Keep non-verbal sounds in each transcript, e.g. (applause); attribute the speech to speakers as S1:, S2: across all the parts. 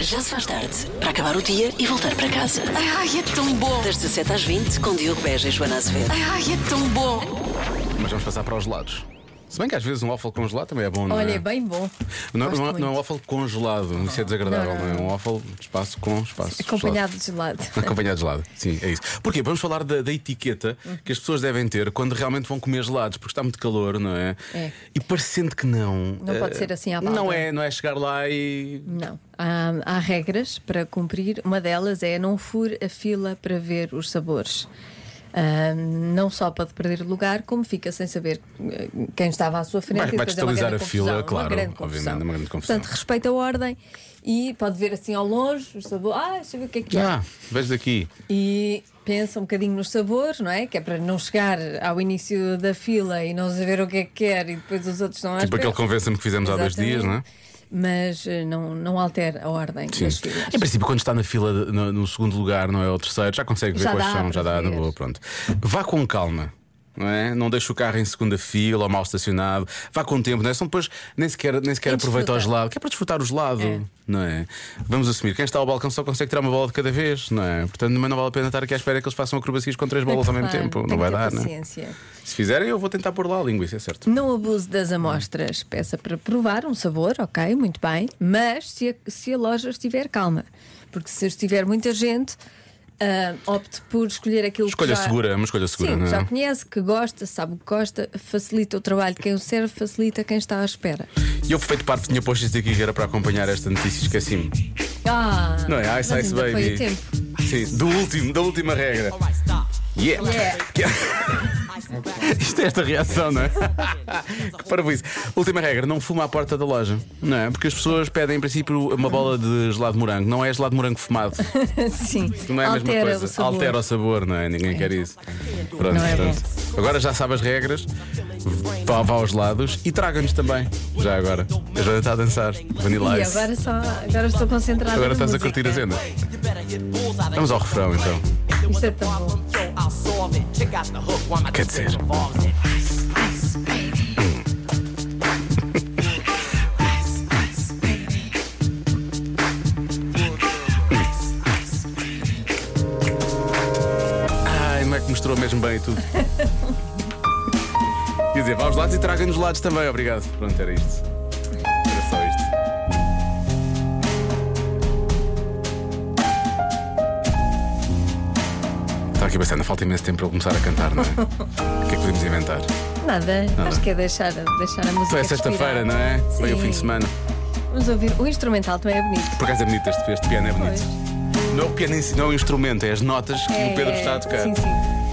S1: Já se faz tarde, para acabar o dia e voltar para casa.
S2: Ai, é tão bom!
S1: Das 17 às 20, com Diogo Beja e Joana Azevedo.
S2: Ai, é tão bom!
S3: Mas vamos passar para os lados. Se bem que às vezes um waffle congelado também é bom, não é?
S4: Olha, é bem bom.
S3: não,
S4: Gosto
S3: não, não é um
S4: muito.
S3: waffle congelado, isso é desagradável,
S4: Não,
S3: não,
S4: não,
S3: é? Um waffle de espaço com espaço.
S4: Acompanhado de lado.
S3: gelado. (laughs) Acompanhado de gelado, sim, é isso. Porquê? Vamos falar da, da etiqueta que as pessoas devem ter quando realmente vão comer gelados, porque está muito calor, não é?
S4: É.
S3: E parecendo que não.
S4: Não
S3: eh,
S4: pode ser assim à balda.
S3: Não é, não é chegar lá e.
S4: Não. Há, há regras para cumprir. Uma delas é não fure a fila para ver os sabores. Ah, não só pode perder lugar, como fica sem saber eh, quem estava à sua frente.
S3: Vai-
S4: e
S3: vai
S4: depois é uma
S3: destabilizar
S4: grande
S3: a fila,
S4: confusão, uma
S3: claro,
S4: grande
S3: obviamente,
S4: confusão.
S3: é uma grande confusão.
S4: Portanto, respeita a ordem e pode ver assim ao longe os sabores. Ah, deixa eu ver o que é que é.
S3: Ah, vejo daqui.
S4: E pensa um bocadinho nos sabores, não é? Que é para não chegar ao início da fila e não saber o que é que quer e depois os outros não
S3: Tipo aquele convença-me que fizemos há dois
S4: Exatamente.
S3: dias, não é?
S4: Mas eh, não, não altera a ordem das filas.
S3: Em princípio, quando está na fila de- no, no segundo lugar, não é? Ou terceiro, já consegue ver
S4: Já
S3: quais
S4: dá
S3: são,
S4: para
S3: já dá na
S4: ver.
S3: boa, pronto. Vá com calma. Não, é? não deixe o carro em segunda fila ou mal estacionado, vá com tempo, não é? Senão depois nem sequer, nem sequer
S4: E
S3: aproveita o
S4: desfruta.
S3: gelado, que é para desfrutar o gelado, não é? Vamos assumir, quem está ao balcão só consegue tirar uma bola de cada vez, não é? Portanto, também não vale a pena estar aqui à espera que eles façam acrobacias com três bolas ao mesmo
S4: Claro,
S3: tempo,
S4: tem
S3: não vai
S4: que ter
S3: dar, não é?
S4: paciência.
S3: Se fizerem, eu vou tentar pôr lá a língua, isso é certo.
S4: Não abuse das amostras. Peça para provar um sabor, ok, muito bem, mas se a, se a loja estiver calma, porque se estiver muita gente, ah, opte por escolher aquilo
S3: Escolha
S4: que já...
S3: segura, é uma escolha segura,
S4: Sim,
S3: não
S4: que
S3: é?
S4: já conhece, que gosta, sabe o que gosta, facilita o trabalho de quem o serve, facilita quem está à espera.
S3: E eu, por feito parte, tinha posto isto aqui que era para acompanhar esta notícia, esqueci-me.
S4: Ah,
S3: Não é
S4: mas
S3: Ice Ice
S4: ainda
S3: Baby.
S4: Foi o tempo. (laughs)
S3: Sim, do último, da última regra. Yeah!
S4: Yeah.
S3: Que- Isto é esta reação, não é? (laughs) Para isso. Última regra, não fuma à porta da loja. Não é? Porque as pessoas pedem, em princípio, uma bola de gelado de morango. Não é gelado de morango fumado.
S4: Sim,
S3: Não é a mesma
S4: altera o
S3: coisa.
S4: sabor.
S3: Altera o sabor, não é? Ninguém quer isso. Pronto,
S4: Não é
S3: portanto. Agora já sabe as regras. Vá, vá aos lados e traga-nos também. Já agora. A Joana está a dançar. Vanilla
S4: E
S3: Ice.
S4: agora, só, agora estou concentrada.
S3: Agora
S4: na
S3: estás a
S4: música.
S3: curtir a cena. Vamos ao refrão então.
S4: Isto é tão bom.
S3: Quer dizer. Ai, não é que mostrou mesmo bem e tudo. Quer dizer, vá aos lados e traga-nos lados também, obrigado. Pronto, era isto. Era só isto. Estava aqui pensando, falta imenso tempo para ele começar a cantar, não é? O que é que podemos inventar?
S4: Nada, acho que é deixar, deixar a música.
S3: Então é sexta-feira,
S4: respirar.
S3: não é?
S4: Sim.
S3: Bem o fim de semana.
S4: Vamos ouvir. O instrumental também é bonito.
S3: Por acaso é bonito este, este piano, é bonito. Não é o piano em si, não é o instrumento, é as notas que
S4: É,
S3: o Pedro
S4: é.
S3: está a tocar.
S4: Sim, sim.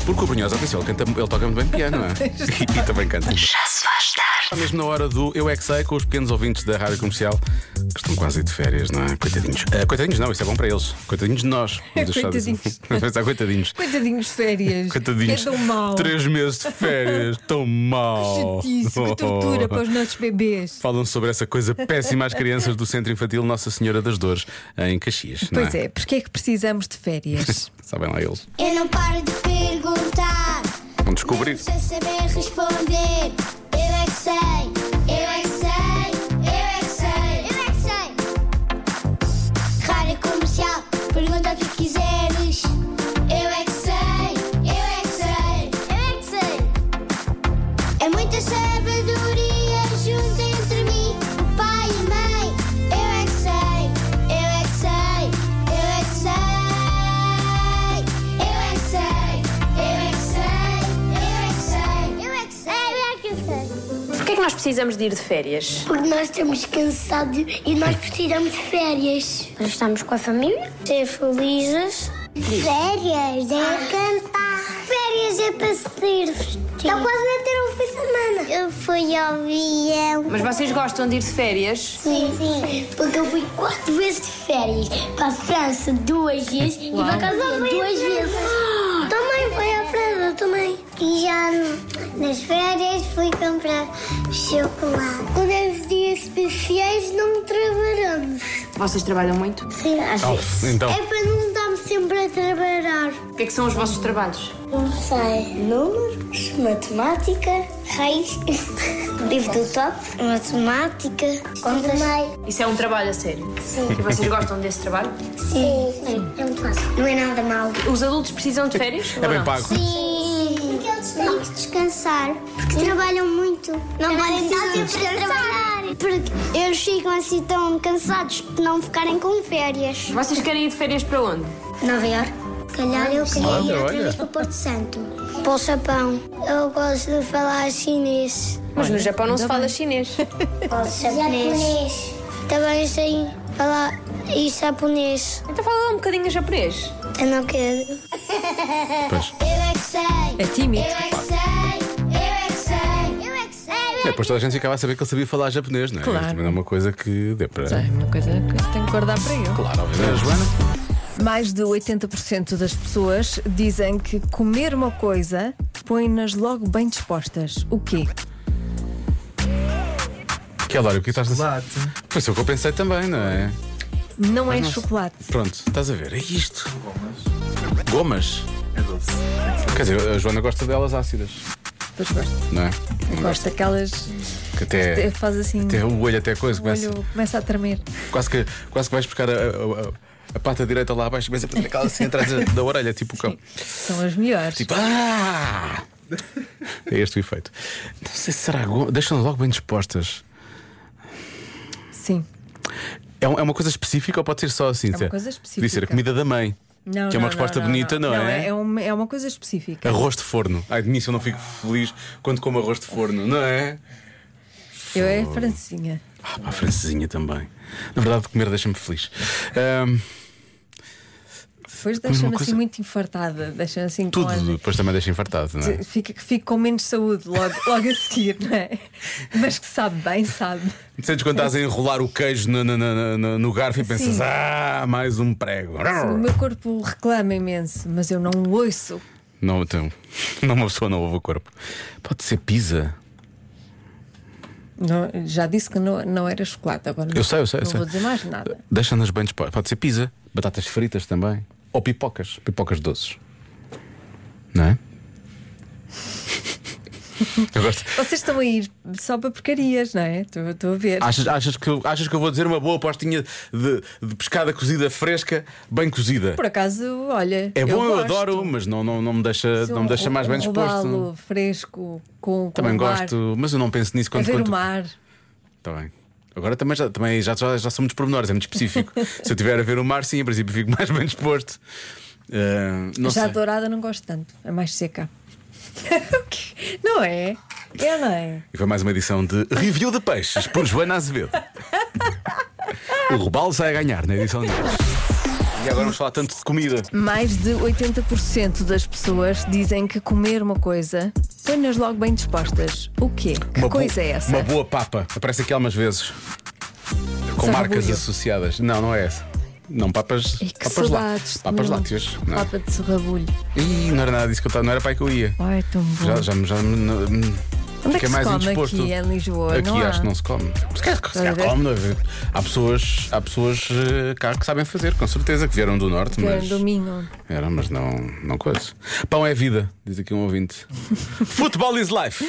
S3: Porque o Brunhosa, atenção, ele, canta, ele toca muito bem piano,
S4: (laughs)
S3: não é? e, também canta.
S1: Já se faz tarde.
S3: Está mesmo na hora do Eu É Que Sei, com os pequenos ouvintes da rádio comercial, que estão quase de férias, não é? Coitadinhos. Ah, coitadinhos não, isso é bom para eles. Coitadinhos de
S4: (laughs)
S3: nós. Vamos deixar de-
S4: Coitadinhos.
S3: (laughs) Vamos pensar, coitadinhos.
S4: Coitadinhos de férias.
S3: Coitadinhos.
S4: É tão mau.
S3: Três Oh. meses de
S4: (laughs)
S3: férias, tão mal.
S4: Chatice,
S3: (laughs)
S4: que tortura para os nossos bebês.
S3: Falam sobre essa coisa péssima às crianças do Centro Infantil Nossa Senhora das Dores, em Caxias. não
S4: Pois é, porque é que precisamos de férias?
S3: Sabem lá eles.
S5: Eu não paro de perguntar.
S3: Vão descobrir.
S5: Não sei saber responder. Eu é que sei, eu é que sei, eu é que sei, eu é que sei. Rádio comercial, pergunta o que quiseres. Eu é que sei, eu é que sei, eu é que sei. É muita sabedoria junto entre mim, o pai e a mãe. Eu é que sei, eu é que sei, eu é que sei. Eu é que sei, eu é que sei, eu é que sei, eu é que sei, eu é que sei.
S6: Porquê é que nós precisamos de ir de férias?
S5: Porque nós estamos cansados e nós precisamos de férias. Nós estamos com a família. Ser felizes. Férias é cantar. Férias é para se divertir. Eu quase nem ter um fim de semana. Eu fui ao avião.
S6: Mas vocês gostam de ir de férias?
S5: Sim, sim. Porque eu fui quatro vezes de férias. Para a França duas vezes e para a casa duas vezes. Também foi à França, também. E já nas férias fui comprar chocolate. Quando é os dias especiais não trabalhamos.
S6: Vocês trabalham muito?
S5: Sim, às
S3: Oh, então.
S5: É para não estarmos sempre a trabalhar.
S6: O que é que são os vossos trabalhos?
S5: Não sei. Números, matemática, raiz. (laughs) Livro do top, matemática, contas.
S6: Isso é um trabalho a sério.
S5: Sim.
S6: E vocês gostam desse trabalho?
S5: Sim, é muito fácil. Não é nada mal.
S6: Os adultos precisam de férias?
S3: É bem pago.
S5: Sim, porque eles têm que descansar, porque trabalham muito. Não podem estar sempre a trabalhar. Porque eles ficam assim tão cansados de não ficarem com férias.
S6: Vocês querem ir de férias para onde?
S5: Nova York. Calhar eu queria
S3: Olha, olha.
S5: para o Porto Santo. Para o Japão. Eu gosto de falar chinês.
S6: Mas no Japão não se fala chinês.
S5: Japonês. Também sei falar e japonês.
S6: Então fala lá um bocadinho em japonês.
S5: Eu não quero.
S3: Pois.
S5: Eu é que sei.
S4: É tímido.
S5: Eu é que sei. Eu é que sei. Eu é que sei.
S3: É, depois toda a gente ficava a saber que ele sabia falar japonês, não é?
S4: Claro.
S3: Também é uma coisa que dê para.
S4: É uma coisa que tenho que guardar para eu.
S3: Claro, obviamente. Joana?
S4: Mais de 80% das pessoas dizem que comer uma coisa põe-nas logo bem dispostas. O quê?
S3: Que é, Lório, o que estás a Foi isso que eu pensei também, não é?
S4: Não é chocolate.
S3: Pronto, estás a ver, é isto. Gomas. Gomas? É doce. Quer dizer, a Joana gosta delas ácidas,
S4: Pois gosto.
S3: não é? Não
S4: Gosto daquelas.
S3: Que
S4: que
S3: até,
S4: Faz assim.
S3: É. até o olho, até a coisa,
S4: O
S3: começa,
S4: olho começa a tremer.
S3: quase, que, quase que vais buscar a, a- a- a pata direita lá abaixo, começa a fazer aquela assim atrás da- da orelha, tipo o cão.
S4: São as melhores.
S3: Tipo, ah! É este o efeito. Não sei se será. go- Deixam-nos logo bem dispostas.
S4: Sim.
S3: É, um- é uma coisa específica ou pode ser só assim? É
S4: coisa específica.
S3: Dizer a comida da mãe.
S4: Não,
S3: que é uma
S4: não,
S3: resposta
S4: não,
S3: bonita, não, é?
S4: É uma, é uma coisa específica.
S3: Arroz de forno. Ai, de início eu não fico feliz quando como arroz de forno, não é?
S4: Eu é francinha.
S3: Ah, pá, a francesinha também. Na verdade, comer deixa-me feliz. Ahm,
S4: Depois deixa-me
S3: uma
S4: assim
S3: coisa-
S4: muito infartada. Deixa-me assim com
S3: tudo
S4: as-
S3: depois também deixa infartado, não é?
S4: Fica, fico com menos saúde logo, (laughs) logo a seguir, não é? Mas que sabe bem, sabe.
S3: Sentes quando estás a enrolar o queijo no, no- no- no- no garfo e pensas,
S4: Sim.
S3: ah, mais um prego.
S4: O meu corpo reclama imenso, mas eu não ouço.
S3: Não, então, não, uma pessoa não ouve o corpo. Pode ser pizza.
S4: Não, já disse que não, não era chocolate. Agora
S3: Eu sei, eu sei, eu
S4: Não
S3: sei.
S4: vou dizer mais nada.
S3: Deixa-nos bem dispostos. Pode ser pizza, batatas fritas também. Ou pipocas, pipocas doces. Não é? (laughs) Eu gosto.
S4: Vocês estão a ir só para porcarias, não é? Estou, estou a ver.
S3: Achas, achas, que eu, achas que eu vou dizer uma boa postinha de, de pescada cozida fresca, bem cozida?
S4: Por acaso, olha.
S3: É bom, eu,
S4: gosto.
S3: adoro, mas não, não, não me deixa,
S4: Sim,
S3: não me deixa
S4: um-
S3: mais bem
S4: um
S3: disposto.
S4: robalo fresco, com, com
S3: Também
S4: o mar,
S3: gosto, mas eu não penso nisso
S4: A
S3: quando.
S4: É ver
S3: quando...
S4: o mar.
S3: Tá bem. Agora também já, também já, já, já são muitos pormenores, é muito
S4: (laughs)
S3: específico. Se eu tiver a ver o mar, sim, em princípio fico mais bem disposto. Ah, não
S4: já
S3: sei.
S4: dourada não gosto tanto. É mais seca. (laughs) não é? É, não é?
S3: E foi mais uma edição de Review de Peixes por Joana
S4: (laughs)
S3: Azevedo. o Robalo sai a ganhar na edição de hoje. E agora vamos falar tanto de comida.
S4: Mais de 80% das pessoas dizem que comer uma coisa põe-nas logo bem dispostas. O quê? Que
S3: Uma bo-
S4: coisa é essa?
S3: Uma boa papa. Aparece aqui algumas vezes. Com
S4: Sarrabulho.
S3: marcas associadas. Não, não é essa. Não, papas.
S4: E que
S3: papas
S4: saudades.
S3: lácteos. Papas
S4: meu.
S3: lácteos. Não. é?
S4: Papa de serrabulho.
S3: Ih, não era nada disso que eu estava. Não era para aí que eu ia.
S4: Ai, é tão bom.
S3: Já, já, já me. não- me-
S4: Onde
S3: fiquei
S4: é que se
S3: mais
S4: come
S3: indisposto.
S4: aqui em Lisboa?
S3: Aqui
S4: Não há?
S3: acho que não se come. Se calhar, se calhar
S4: Estás a ver?
S3: come, não é? Há pessoas, há pessoas eh, cá que sabem fazer, com certeza, que vieram do norte,
S4: Que é era
S3: mas.
S4: domingo.
S3: Era, mas não, não coisa. Pão é vida, diz aqui um
S4: (laughs)
S3: ouvinte. Futebol is life!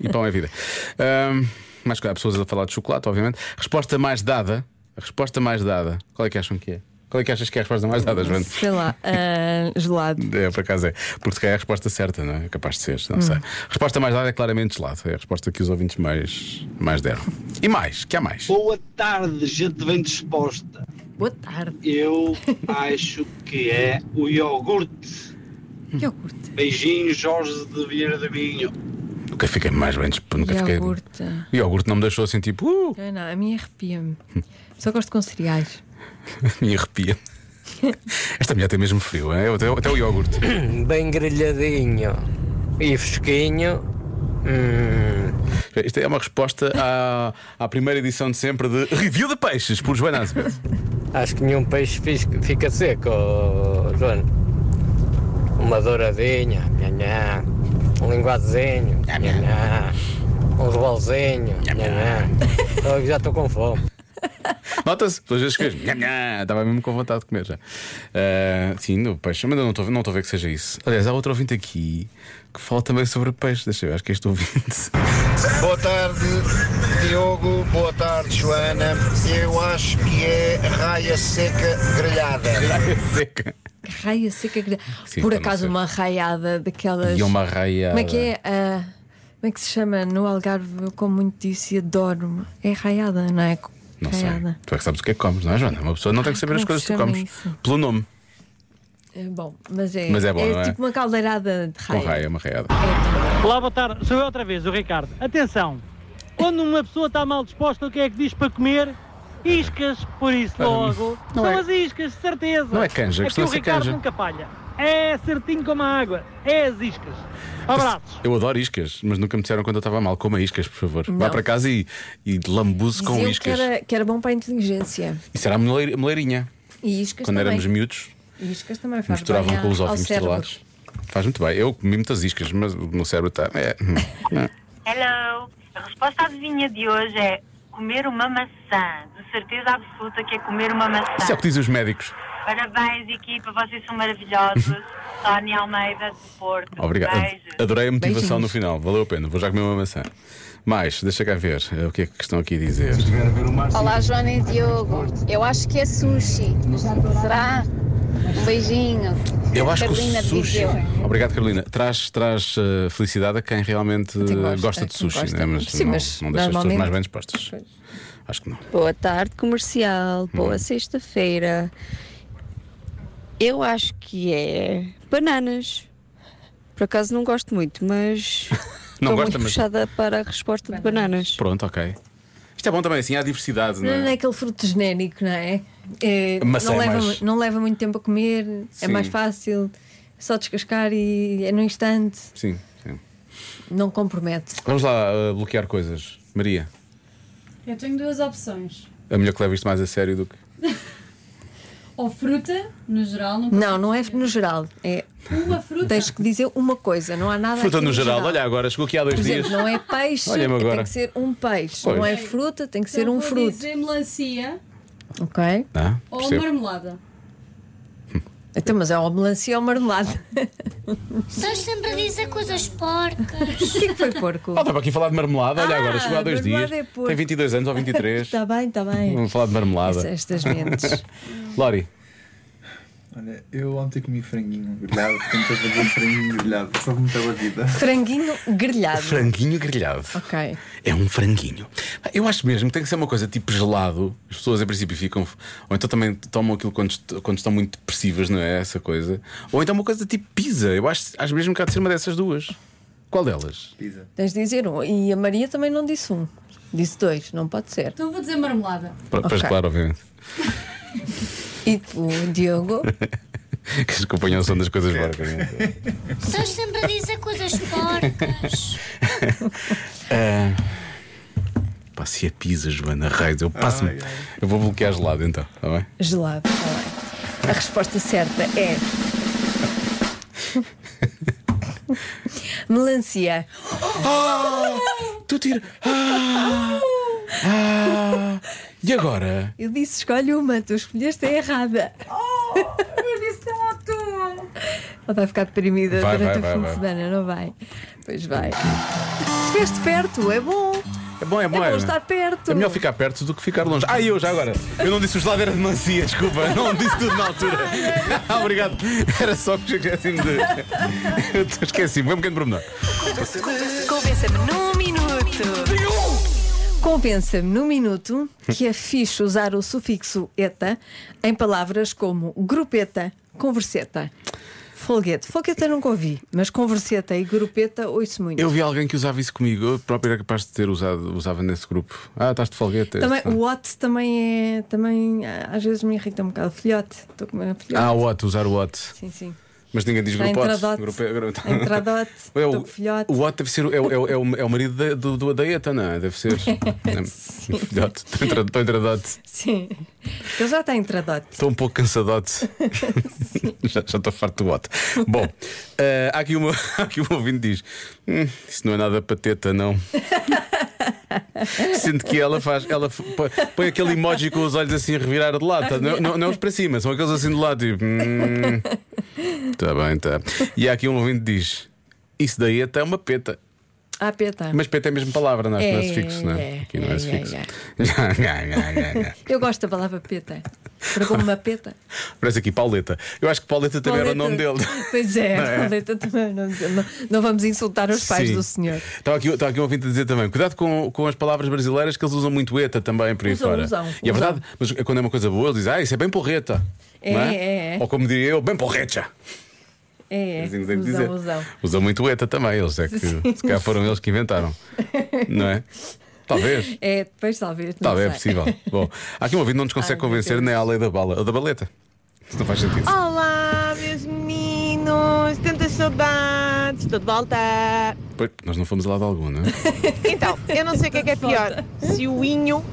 S3: E pão é vida. Ahm, mais que há pessoas a falar de chocolate, obviamente. Resposta mais dada. A resposta mais dada. Qual é que acham que é? Qual é que achas que é a resposta mais dada, Joana?
S4: Sei lá, ah, gelado.
S3: É, por acaso é. Porque se calhar é a resposta certa, não é? É capaz de ser, não sei. Resposta mais dada é claramente gelado. É a resposta que os ouvintes mais, mais deram. E mais, que há mais.
S7: Oh.
S8: Boa tarde, gente bem disposta.
S4: Boa tarde.
S8: Eu acho que é o iogurte.
S3: Hum.
S4: Iogurte.
S8: Beijinho, Jorge de Vieira da Minho.
S3: Nunca fiquei mais bem disposto. Nunca
S4: Iogurte.
S3: fiquei. Iogurte não me deixou assim tipo,
S4: (laughs)
S3: uh,
S4: Não, não, a minha arrepia-me.
S3: Hum.
S4: Só gosto com cereais.
S3: me arrepia. Esta mulher tem mesmo frio, é? Até, até o iogurte.
S9: bem grelhadinho e fresquinho. Hum.
S3: Isto é uma resposta à, à primeira edição de sempre de Review de Peixes por Joana Azevedo.
S9: acho que nenhum peixe fis- fica seco, oh, Joana. Uma douradinha, nhanhã. um linguadozinho, nhanhã. um rebolzinho, nhanhã. Oh, já estou com fome.
S3: Nota-se, pelas vezes que fez. nham, nham, Estava mesmo com vontade de comer já. Ah, sim, o peixe, mas eu não estou não estou a ver que seja isso. Aliás, há outro ouvinte (laughs) aqui que fala também sobre peixe. Deixa eu ver, acho que é este ouvinte.
S9: Boa tarde, Diogo. Boa tarde, Joana. Eu acho que é raia seca grelhada.
S3: é Seca.
S4: Raia seca grelhada.
S3: Sim,
S4: Por
S3: eu não
S4: acaso,
S3: sei.
S4: uma raiada daquelas.
S3: E uma raiada.
S4: Como é que é? Ah, como é que se chama? No Algarve, eu como muito disso e adoro-me. É raiada, não é?
S3: Não sei.
S4: raiada.
S3: Tu é que sabes o que é que comes, não é, Joana? Uma pessoa não tem que saber
S4: Como
S3: as
S4: é que
S3: coisas que tu
S4: se chama
S3: comes
S4: isso?
S3: pelo nome.
S4: É bom, mas é,
S3: Mas é bom,
S4: é
S3: não é?
S4: tipo uma caldeirada de raia.
S3: Com raia, é uma raiada.
S4: É
S7: Olá, boa tarde. Sou eu outra vez, o Ricardo. Atenção. Quando uma pessoa está mal disposta, o que é que diz para comer? Iscas, por isso
S3: Ah,
S7: logo.
S3: não
S7: São
S3: é-
S7: as iscas, de certeza.
S3: Não é canja,
S7: É que
S3: costuma
S7: o
S3: ser
S7: Ricardo
S3: canja.
S7: nunca falha. É certinho como a água. É as iscas. Abraços.
S3: Eu adoro iscas, mas nunca me disseram quando eu estava mal. Coma iscas, por favor. Vá
S4: Não.
S3: para casa e, e lambuze com
S4: Diziam
S3: iscas.
S4: Que era, que era bom para a inteligência.
S3: Isso era a moleir- moleirinha.
S4: E
S3: Quando
S4: iscas também.
S3: éramos miúdos,
S4: E iscas também faz
S3: misturavam
S4: bem a-
S3: com os
S4: ao
S3: ovos
S4: cérebro.
S3: estrelados. Faz muito bem. Eu comi muitas iscas, mas o meu cérebro está. É.
S4: Tá.
S10: Hello! A resposta à adivinha de hoje é comer uma maçã. De certeza absoluta que é comer uma maçã.
S3: Isso é o que dizem os médicos.
S10: Parabéns, equipa, vocês são
S3: (laughs)
S10: maravilhosos. Sónia Almeida, do Porto.
S3: Obrigado.
S10: Beijos.
S3: Adorei a motivação
S4: Beijinhos.
S3: no final. Valeu a pena. Vou já comer uma maçã. Mais, deixa cá ver eh, o que é que estão aqui a dizer.
S5: Olá, Joana e Diogo. Eu acho que é sushi. Será? Um beijinho.
S3: Eu acho
S5: Carolina
S3: que
S5: de
S3: o sushi.
S5: Viseu.
S10: é.
S3: Obrigado, Carolina. Traz, traz eh, felicidade a quem realmente eh,
S4: quem
S3: gosta,
S4: gosta,
S3: de
S4: quem
S3: sushi,
S4: gosta.
S3: né? mas,
S4: Sim,
S3: não,
S4: mas
S3: não deixa as pessoas
S4: normalmente-
S3: mais bem dispostas. Acho que não. Hum.
S10: Boa tarde, comercial. Boa sexta-feira. Eu acho que é bananas. Por acaso não gosto muito, mas
S3: (laughs) Não
S10: estou
S3: gosta,
S10: muito
S3: mas-
S10: puxada para a resposta de bananas.
S3: Pronto, ok. Isto é bom também, assim, há diversidade,
S4: Não,
S3: não
S4: é
S3: é?
S4: aquele fruto genérico, não é? É,
S3: Mas
S4: não,
S3: é
S4: leva,
S3: mais-
S4: não leva muito tempo a comer,
S3: Sim.
S4: é mais fácil, é só descascar e é no instante,
S3: Sim, sim.
S4: não compromete.
S3: Vamos lá eh, bloquear coisas. Maria,
S10: Eu tenho duas opções.
S3: a mulher que leva isto mais a sério do que.
S10: Ou fruta, no geral,
S4: Não, não é no geral, é
S10: uma fruta.
S4: tens que dizer uma coisa, não há nada
S3: Fruta
S4: aqui
S3: no geral, olha agora, chegou aqui há dois
S4: Por
S3: dias.
S4: exemplo, não é peixe,
S3: Olha-me agora.
S4: tem que ser um peixe.
S3: Pois.
S4: Não é fruta, tem
S6: Então
S4: que ser um fruto.
S10: então melancia
S4: Ok?
S3: Ah, percebo.
S10: marmelada.
S4: Então, mas é ou melancia ou marmelada.
S5: Estás sempre a dizer coisas porcas.
S4: O que é que foi porco?
S3: Ah, estava aqui a falar de marmelada, olha
S4: Ah,
S3: agora, chegou há dois
S4: marmelada
S3: dias.
S4: é porco.
S3: Tem 22
S4: (laughs)
S3: anos ou 23.
S4: Está Tá bem, está bem.
S3: Vamos falar de marmelada.
S4: Estas mentes.
S3: Lori,
S11: Olha, eu ontem comi franguinho grelhado, tentei fazer um franguinho grelhado, só me estava a vida.
S4: Franguinho grelhado.
S3: franguinho grelhado.
S4: Ok.
S3: É um franguinho. Eu acho mesmo que tem que ser uma coisa tipo gelado. As pessoas, a princípio, ficam. Ou então também tomam aquilo quando, est- quando estão muito depressivas, não é? Essa coisa. Ou então uma coisa tipo pizza. Eu acho, acho mesmo que há de ser uma dessas duas. Qual delas?
S11: Pizza.
S4: Tens de dizer um. E a Maria também não disse um. Disse dois, não pode ser.
S10: Então vou dizer marmelada.
S3: Para
S4: Ok.
S3: claro, obviamente. (laughs)
S4: E tu, Diogo?
S3: Que se acompanham o som das coisas barcas. não é?
S5: Estás sempre a dizer coisas porcas.
S3: Pá, se é pizza, Joana Reis, eu passo-me.
S11: Ai, ai.
S3: Eu vou bloquear gelado então, está bem?
S4: Gelado. Tá bem. A resposta certa é. Melancia.
S3: Tu tira. Ah! Ah! E agora?
S4: Eu disse escolhe uma, tu escolheste a errada.
S6: Oh, Eu disse que era tu.
S4: Ela vai ficar deprimida
S3: Vai,
S4: durante
S3: vai,
S4: o fim
S3: vai,
S4: de semana, não vai? Pois vai. Estiveste perto, é bom.
S3: É bom, é
S4: É
S3: bom.
S4: bom
S3: não
S4: estar perto.
S3: É melhor ficar perto do que ficar longe. Ah, eu já agora. Eu não disse o gelado era de melancia, desculpa. Eu Não disse tudo na altura. (laughs) Obrigado. Era só que esqueci-me de. (laughs) Eu esqueci-me. Foi um pequeno pormenor.
S2: Convença-me num minuto.
S4: Convença-me num minuto que é fixe usar o sufixo eta em palavras como grupeta, converseta, folguete. Folgueta nunca ouvi, mas converseta e grupeta ouço muito.
S3: Eu vi alguém que usava isso comigo. Eu próprio era capaz de ter usado, usava nesse grupo. Ah, estás de folguete.
S4: Também, o what também é. Também ah, às vezes me irrita um bocado. Filhote, estou com uma filhote.
S3: Ah, o what, usar o what.
S4: Sim, sim.
S3: Mas ninguém diz
S4: Já
S3: grupo what.
S4: entradote.
S3: Grupo é- grupo- (laughs)
S4: Entradote,
S3: É o,
S4: estou com filhote.
S3: o what deve ser. o- É, o- é o- é o, é o marido da, do, do, da ETA, não é? Deve ser. Não, filhote. (laughs) Estou entra- estou entradote.
S4: Sim. Ele já está entradote.
S3: Estou um pouco (laughs) cansadote. já, já estou farto do bote. Bom, eh, há, aqui uma, (laughs) há aqui um ouvinte que diz: "Hum, Isso não é nada pateta, (laughs) não. Sendo que ela faz, ela f- põe- põe aquele emoji com os olhos assim a revirar de lado, tá? não, não, não é os para cima, são aqueles assim de lado, tipo. tá Está bem, está. E há aqui um ouvinte que diz: Isso daí até é uma peta.
S4: Ah, peta.
S3: Mas PT é mesmo palavra, não é?
S4: É,
S3: não é sufixo, não é?
S4: é,
S3: Aqui não é,
S4: é,
S3: sufixo.
S4: é,
S3: Nha, nha, nha, nha.
S4: Eu gosto da palavra peta. Para como uma peta.
S3: (laughs) Parece aqui Pauleta. Eu acho que Pauleta também era o nome
S4: Pauleta.
S3: dele.
S4: Pois
S3: (laughs)
S4: é,
S3: Não é?
S4: Pauleta também é o nome dele. Não, não vamos insultar os pais
S3: Sim.
S4: do senhor.
S3: Estava aqui, estava aqui um ouvinte a dizer também: cuidado com, com as palavras brasileiras que eles usam muito ETA também por aí
S4: Usam,
S3: fora.
S4: usam,
S3: e é
S4: usam.
S3: verdade, mas quando é uma coisa boa, eles dizem: ah, isso é bem porreta.
S4: É,
S3: não
S4: é, é.
S3: Ou como diria eu, bem porrecha.
S4: É, é.
S3: Assim tem que
S4: Usão,
S3: dizer.
S4: usão.
S3: Usam muito ETA também, eles é que
S4: Sim.
S3: se calhar foram eles que inventaram. não é? Talvez.
S4: É, depois talvez. não
S3: Talvez é
S4: sei.
S3: possível. Bom, há aqui um ouvinte que não nos consegue convencer, nem à lei da bala, ou da baleta. Isso não faz
S4: Ah!
S3: sentido.
S12: Olá, meus meninos, tantas saudades, estou de volta.
S3: Pois, nós não fomos lá de algum, não é?
S12: Então, eu não sei o que é que
S4: (laughs)
S12: é pior, se o Inho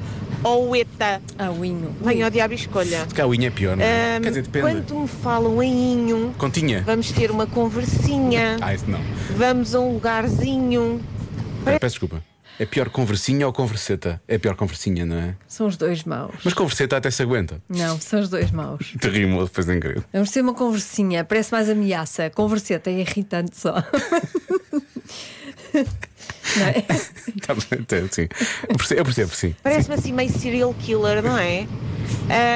S12: ou o ETA.
S4: (laughs) Ah, o Inho.
S12: Venha ao diabo e escolha.
S3: Se cá a unha é pior, não é?
S12: Ahm,
S3: Quer dizer, depende.
S12: Quando me falam em Inho,
S3: Continha.
S12: vamos ter uma conversinha,
S3: Ah, isso não.
S12: vamos a um lugarzinho.
S3: Peço desculpa. É pior conversinha ou converseta? É pior conversinha, não é?
S4: São os dois maus.
S3: Mas converseta até se aguenta.
S4: Não, são os dois maus.
S3: Te rimou depois de incrível.
S4: Vamos ter uma conversinha, parece mais ameaça. Converseta é irritante só. (laughs) Não é?
S3: (laughs) Tá bem, até, sim. Eu percebo, eu percebo, sim.
S12: Parece-me assim meio serial killer, não é?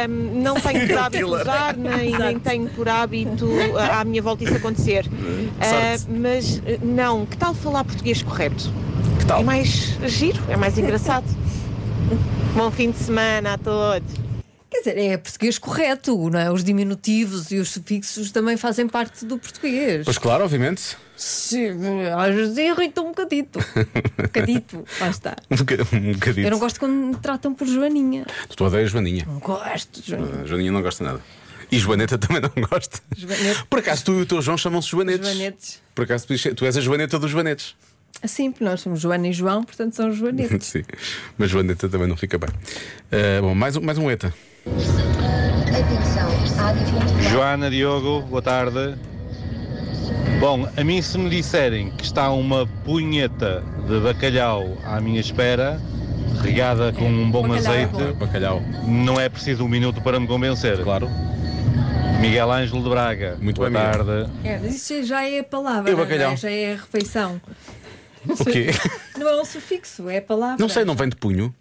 S12: Ahm, não tenho por hábito
S3: Killer.
S12: usar, nem, nem tenho por hábito ah, à minha volta isso acontecer.
S3: Hum,
S12: Ah, mas eh, não, que tal falar português correto?
S3: Que tal?
S12: É mais giro, é
S3: (laughs)
S12: mais engraçado. Bom fim de semana a todos.
S4: Quer dizer, é português correto, não é? Os diminutivos e os sufixos também fazem parte do português.
S3: Pois claro, obviamente.
S4: Sim, Às vezes irrita um bocadito. Um bocadito,
S3: (laughs)
S4: lá está.
S3: Um boca- um bocadinho.
S4: Eu não gosto quando me tratam por Joaninha.
S3: Tu odeias Joaninha.
S4: Não gosto, Joaninha.
S3: Ah, Joaninha não gosta nada. E Joaneta também não gosta.
S4: Joanete.
S3: Por acaso tu e o teu João chamam-se Joanetes.
S4: Joanetes.
S3: Por acaso tu dizes- tu és a Joaneta dos Joanetes. (laughs)
S4: Assim, porque nós somos Joana e João, portanto são Joanetes.
S3: Sim. Mas Joaneta também não fica bem. Ah, bom, mais um, mais um ETA.
S5: Atenção, há
S13: Joana, Diogo, boa tarde. Bom, a mim se me disserem que está uma punheta de bacalhau à minha espera, regada com um bom
S3: Bacalhau é
S13: azeite,
S3: bom. Bacalhau.
S13: não é preciso um minuto para me convencer. Claro. Miguel Ângelo de Braga, Muito boa
S3: bem, Miguel.
S13: tarde.
S4: É, mas isso já é a palavra,
S13: E o
S4: não é?
S13: bacalhau?
S4: já é a refeição.
S3: O quê?
S4: Não é um sufixo, é a palavra.
S3: Não sei, não vem de punho.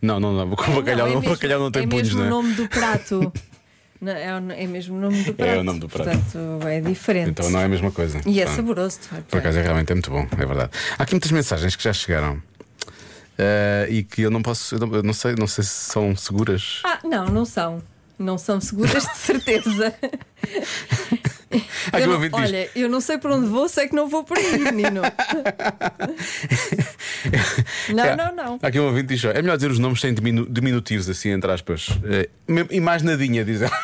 S3: Não, não, não. Com bacalhau,
S4: é
S3: não,
S4: mesmo-
S3: bacalhau não tem
S4: é
S3: punhos,
S4: mesmo
S3: não é?
S4: o
S3: (laughs)
S4: nome do prato. Não, é, o- é mesmo o nome do prato.
S3: o nome do prato.
S4: Portanto, é diferente.
S3: Então não é a mesma coisa.
S4: E é
S3: Ah.
S4: saboroso, de facto.
S3: Por acaso é realmente é muito bom, é verdade. Há aqui muitas mensagens que já chegaram eh, e que eu não posso, eu não, eu não sei, não sei se são seguras.
S4: Ah, não, não são. Não são seguras, de
S3: (laughs)
S4: certeza.
S3: Há aqui
S4: Eu
S3: um
S4: não-
S3: ouvinte que diz,
S4: olha, eu não sei por onde vou, sei que não vou por
S3: (laughs)
S4: aí, menino. não, não, não.
S3: há aqui um ouvinte que diz, ó, é melhor dizer os nomes sem diminu- diminutivos, assim, entre aspas. Eh, me- e mais nadinha, diz ela.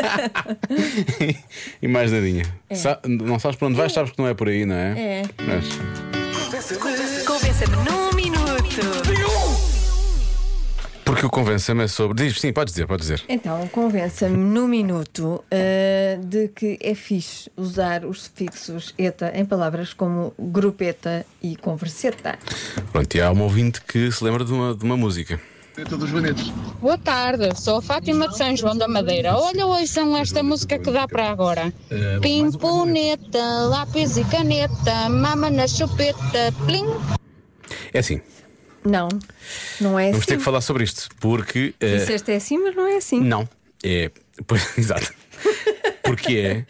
S3: (laughs) e mais nadinha.
S2: É.
S3: Sa- não sabes por onde vais, sabes que não é por aí, não é?
S2: É.
S3: Mas-
S2: Convença-me num minuto.
S3: porque o convença-me é sobre. Diz, sim, podes dizer, podes dizer.
S4: Então, convença-me num minuto ah, de que é fixe usar os sufixos eta em palavras como grupeta e converseta.
S3: Pronto, e há um ouvinte que se lembra de uma, de uma música. Dos Joanetes.
S14: Boa tarde, sou a Fátima de São João da Madeira. Olha, ouçam esta música que dá para agora. Pimponeta, lápis e caneta, mama na chupeta, plim.
S3: É assim,
S4: Não, não é
S3: vamos
S4: assim.
S3: ter que falar sobre isto, porque. eh,
S4: Disseste é assim, mas não é assim.
S3: Não. É. Pois, (laughs) exato. Porque é.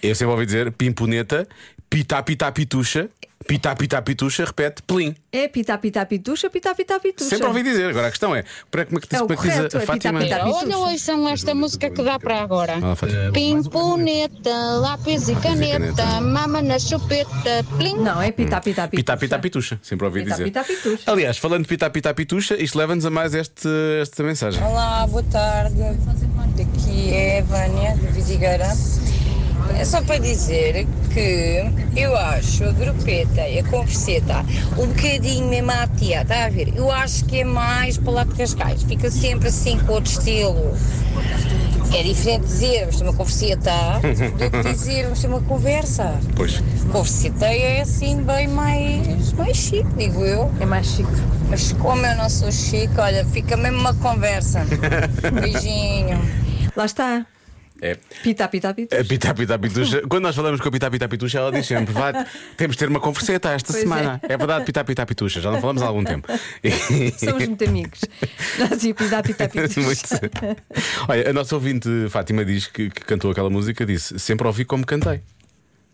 S3: Eu sempre ouvi dizer pimponeta, pitá pitá pitucha, pitá pitá pitucha, repete, plim.
S4: É pitá, pitá, pitucha, pitá, pitá, pitucha.
S3: Sempre ouvi dizer. Agora a questão é: para como é que,
S4: É o
S3: como é que diz
S4: correto,
S3: a,
S4: é
S3: Fátima?
S4: pitá, pitá,
S14: Olha, ouçam esta música que dá para agora.
S3: Ah, Fátima.
S14: Pimponeta, lápis e caneta, mama na chupeta, plim.
S4: Não, é
S3: Hum.
S4: pitá, pitá,
S3: Pitá
S4: pitá.
S3: pitá pitucha. Sempre ouvi
S14: Pitá,
S3: dizer.
S14: pitá, pitucha.
S3: Aliás, falando de pitá pitá pitucha, isto leva-nos a mais este, esta mensagem.
S15: Olá, boa tarde. Daqui é a Vânia de Vidigueira. É só para dizer que eu acho a grupeta e a converseta um bocadinho mesmo à tia, está a ver? Eu acho que é mais para lá de Cascais, fica sempre assim com outro estilo. É diferente dizermos uma converseta do que dizermos uma conversa.
S3: Pois.
S15: Converseta é assim bem mais, mais chique, digo eu.
S4: É mais chique.
S15: Mas como eu não sou chique, olha, fica mesmo uma conversa. Beijinho.
S4: Lá está.
S3: É.
S4: Pita, pita, pita.
S3: A Pita Pita Pitucha. Quando nós falamos com a Pita Pita Pitucha, ela diz sempre: "Vá, temos de ter uma converseta esta
S4: Pois
S3: semana.
S4: é.
S3: É. verdade, Pita Pita Pitucha, já não falamos há algum
S4: (laughs)
S3: tempo.
S4: Somos
S3: (laughs)
S4: muito amigos. Já dizia pita, pita, pita.
S3: Muito. (laughs) Olha, a nossa ouvinte Fátima diz que, que cantou aquela música, disse: Sempre ouvi como cantei.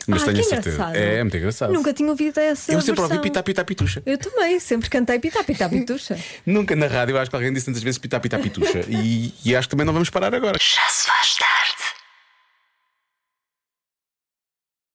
S3: Mas
S4: Ah,
S3: tenho
S4: que
S3: a certeza.
S4: engraçado.
S3: É, é muito engraçado.
S4: Nunca tinha ouvido essa
S3: Eu sempre ouvi
S4: versão.
S3: Pita Pita Pitucha.
S4: Eu também, sempre cantei pita, pita, pitucha.
S3: Nunca na rádio, acho que alguém disse tantas vezes Pita Pita Pitucha. e, e acho que também não vamos parar agora.
S1: Já se faz tarde.